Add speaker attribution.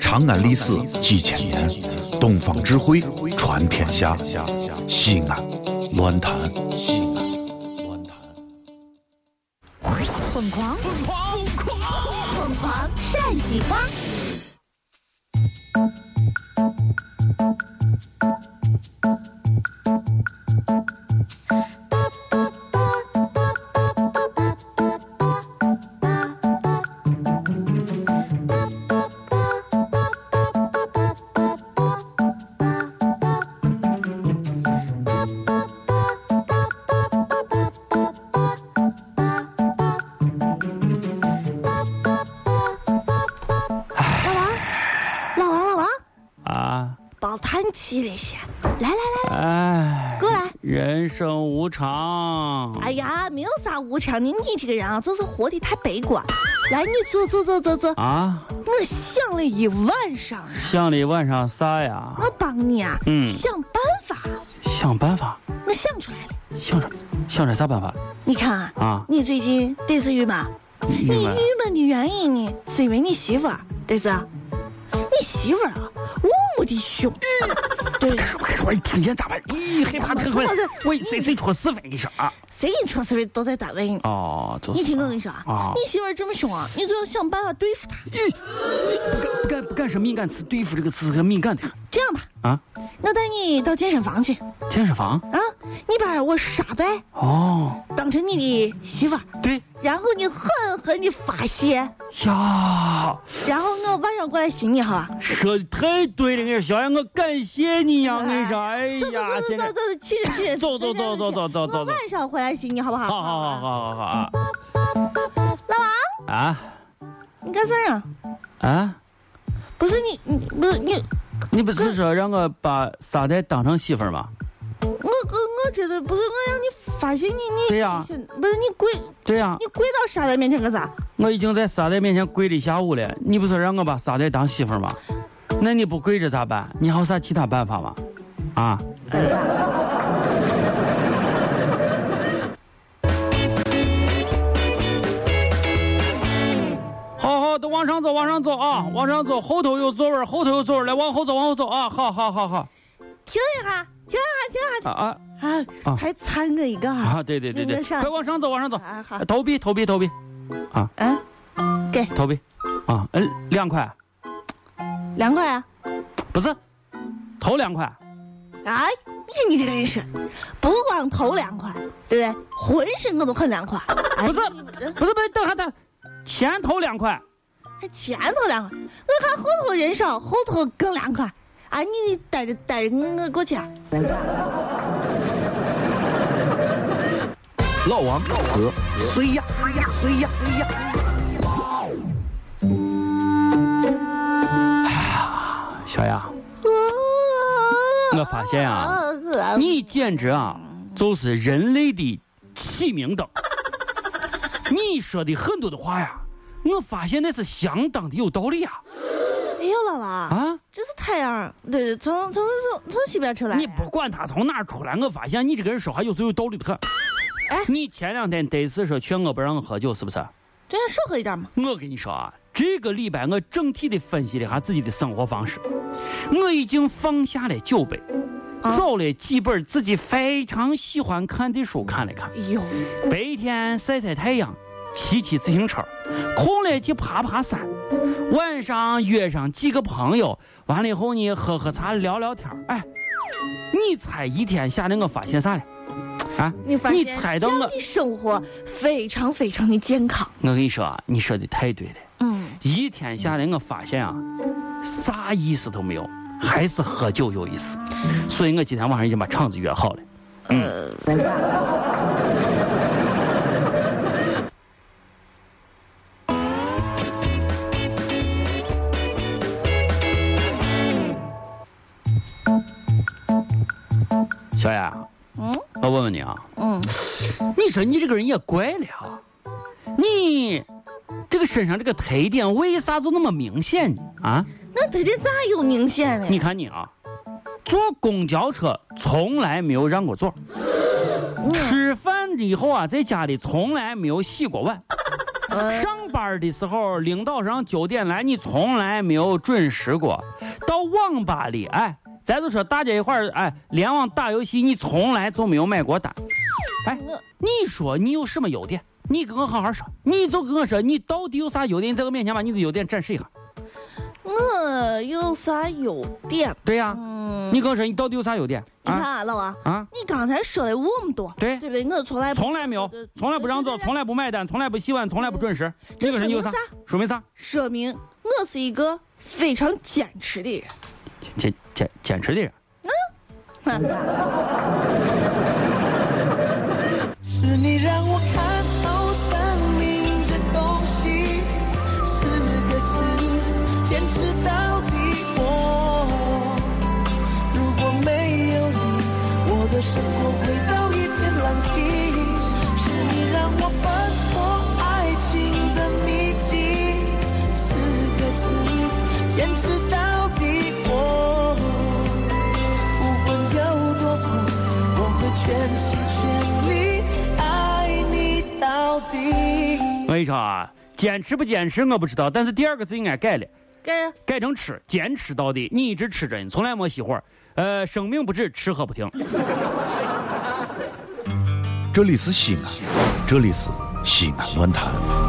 Speaker 1: 长安历史几千年，东方智慧传天下。西安，乱谈西安，乱谈。
Speaker 2: 疯狂疯狂疯狂疯狂陕西话，老王老王，
Speaker 3: 啊，
Speaker 2: 别叹气了先，来来来，
Speaker 3: 哎，
Speaker 2: 过来。
Speaker 3: 人生无常，
Speaker 2: 哎呀，没有啥无常的，你这个人啊，就是活得太悲观。来，你坐坐坐坐坐，
Speaker 3: 啊，
Speaker 2: 我想了一晚上啊，
Speaker 3: 想了一晚上啥呀？
Speaker 2: 我帮你啊，
Speaker 3: 嗯
Speaker 2: 想办法，
Speaker 3: 想办法，
Speaker 2: 我想出来了。
Speaker 3: 想着想着啥办法
Speaker 2: 你看啊，
Speaker 3: 啊？
Speaker 2: 你最近得是郁闷，
Speaker 3: 郁
Speaker 2: 你
Speaker 3: 闷，
Speaker 2: 郁闷的原因呢，是因为你媳妇儿，对是啊，你媳妇儿啊，我的 凶，对，
Speaker 3: 开始开始我一听见咋办？咦，害怕
Speaker 2: 怎
Speaker 3: 特
Speaker 2: 么
Speaker 3: 快
Speaker 2: 怎么，
Speaker 3: 我谁谁出事非你说啊？
Speaker 2: 谁给你出事儿都在单位呢。
Speaker 3: 哦，就是
Speaker 2: 你听我跟你说啊
Speaker 3: 啊，
Speaker 2: 你媳妇儿这么凶啊，你就要想办法对付她。
Speaker 3: 不敢不敢不敢说敏感词，对付这个词很敏感的很
Speaker 2: 这样吧，
Speaker 3: 啊。
Speaker 2: 我带你到健身房去
Speaker 3: 健身房
Speaker 2: 啊，你把我沙袋
Speaker 3: 哦，
Speaker 2: 当成你的媳妇儿，
Speaker 3: 对
Speaker 2: 然后你狠狠的发泄，
Speaker 3: 呀，
Speaker 2: 然后我晚上过来寻你，好吧？
Speaker 3: 说的太对了，我跟你说，小杨，我感谢你呀，我跟你说，哎
Speaker 2: 走走
Speaker 3: 呀，
Speaker 2: 走
Speaker 3: 真
Speaker 2: 走
Speaker 3: 的
Speaker 2: 走，起身起身，
Speaker 3: 走走走走走走走
Speaker 2: 我晚上回来寻你，好不好？
Speaker 3: 好好好
Speaker 2: 好。
Speaker 3: 好好好啊
Speaker 2: 老王，
Speaker 3: 啊！
Speaker 2: 你干啥呀？
Speaker 3: 啊，
Speaker 2: 不是你，你不是你，
Speaker 3: 你不是说让我把沙袋当成媳妇儿吗？
Speaker 2: 我我我觉得不是我让你发泄你你。
Speaker 3: 对呀
Speaker 2: 你不是你跪
Speaker 3: 对呀、
Speaker 2: 你跪到沙袋面前干啥？
Speaker 3: 我已经在沙袋面前跪了一下午了。你不是让我把沙袋当媳妇儿吗？那你不跪着咋办？你还有啥其他办法吗？啊， 好好的往上走，往上走啊，往上走，后头有座位儿，后头有座位儿，来往后走，往后走啊，好好好好
Speaker 2: 停一下，停一下，停一下。
Speaker 3: 啊啊
Speaker 2: 啊，
Speaker 3: 啊
Speaker 2: 还掺我一个啊！
Speaker 3: 啊！对对对
Speaker 2: 你
Speaker 3: 对，
Speaker 2: 上
Speaker 3: 快往上走，往上走，
Speaker 2: 啊好，
Speaker 3: 投币投币投币
Speaker 2: 嗯，
Speaker 3: 投币啊，嗯，两块。
Speaker 2: 凉快啊！
Speaker 3: 不是，投两块，
Speaker 2: 哎，你这个人是，不光头凉快，对不对？浑身我都很凉快。哎
Speaker 3: 不是
Speaker 2: 你你
Speaker 3: 不是不是，等下等，前投两块，
Speaker 2: 还前头凉快，我看后头人少，后头更凉快。啊，你你待着待着，我过去啊。
Speaker 1: 老王和谁呀？谁呀？谁呀？谁呀？
Speaker 3: 小杨，我发现啊，你简直啊，就是人类的启明灯。你说的很多的话呀，我发现那是相当的有道理呀、
Speaker 2: 哎呦，老王，
Speaker 3: 啊！啊，
Speaker 2: 这是太阳，对对，从从从从西边出来。
Speaker 3: 你不管他从哪儿出来，我发现你这个人说话有时候有道理的很
Speaker 2: 哎。
Speaker 3: 你前两天得是说劝我不让我喝酒，是不是？
Speaker 2: 对，少喝一点嘛。
Speaker 3: 我跟你说啊，这个礼拜我整体的分析了一下自己的生活方式，我已经放下了酒杯，
Speaker 2: 啊
Speaker 3: 找了几本自己非常喜欢看的书看了看
Speaker 2: 哎，呦，
Speaker 3: 白天晒晒太阳，骑骑自行车，空了去爬爬山，晚上约上几个朋友，完了以后呢喝喝茶聊聊天儿哎，你猜一天下来我发现啥了？啊，
Speaker 2: 你发现
Speaker 3: 你猜到
Speaker 2: 这样
Speaker 3: 我
Speaker 2: 的生活非常非常的健康。
Speaker 3: 我跟你说啊，你说的太对了。
Speaker 2: 嗯。
Speaker 3: 一天下来，我发现啊，啥意思都没有，还是喝酒有意思。所以我今天晚上已经把场子约好了。嗯嗯。小雅，
Speaker 2: 嗯
Speaker 3: 我问问你啊，
Speaker 2: 嗯，
Speaker 3: 你说你这个人也怪了啊，你这个身上这个特点为啥就那么明显呢？啊，
Speaker 2: 那特点咋有明显呢？
Speaker 3: 你看你啊，坐公交车从来没有让过座，吃饭以后啊，在家里从来没有洗过碗，上班的时候，领导让九点来，你从来没有准时过。到网吧里，哎，咱就说大家一块儿，哎，联网打游戏，你从来就没有买过单。哎，你说你有什么优点？你跟我好好说，你就跟我说，你到底有啥优点？你在我面前把你的优点展示一下。
Speaker 2: 我有啥优点？
Speaker 3: 对呀、
Speaker 2: 嗯，
Speaker 3: 你跟我说你到底有啥优点？
Speaker 2: 你看
Speaker 3: 啊
Speaker 2: 啊，老王，
Speaker 3: 啊，
Speaker 2: 你刚才说了我们多，
Speaker 3: 对
Speaker 2: 对不对？我从来不
Speaker 3: 从来没有
Speaker 2: 对对，
Speaker 3: 从来不让
Speaker 2: 对
Speaker 3: 座，
Speaker 2: 对对
Speaker 3: 从来不买单，从来不洗碗，从来不准时。
Speaker 2: 这
Speaker 3: 你跟我说你有啥
Speaker 2: 说明？
Speaker 3: 说明啥？
Speaker 2: 说明我是一个非常坚持的人。
Speaker 3: 坚坚坚持的人。嗯
Speaker 4: 是你让我看透生命这东西，四个字，坚持到底。我如果没有你，我的生活回到一片狼藉。是你让我翻破爱情的秘籍，四个字，坚持到底。我。不管有多苦，我会全心全力爱你到底
Speaker 3: 我。跟你说啊，坚持不坚持我不知道，但是第二个字应该改了，
Speaker 2: 该
Speaker 3: 改成吃，坚持到底。你一直吃着，你从来没熄火。呃，生命不止，吃喝不停。
Speaker 1: 这里是西安，这里是西安论坛。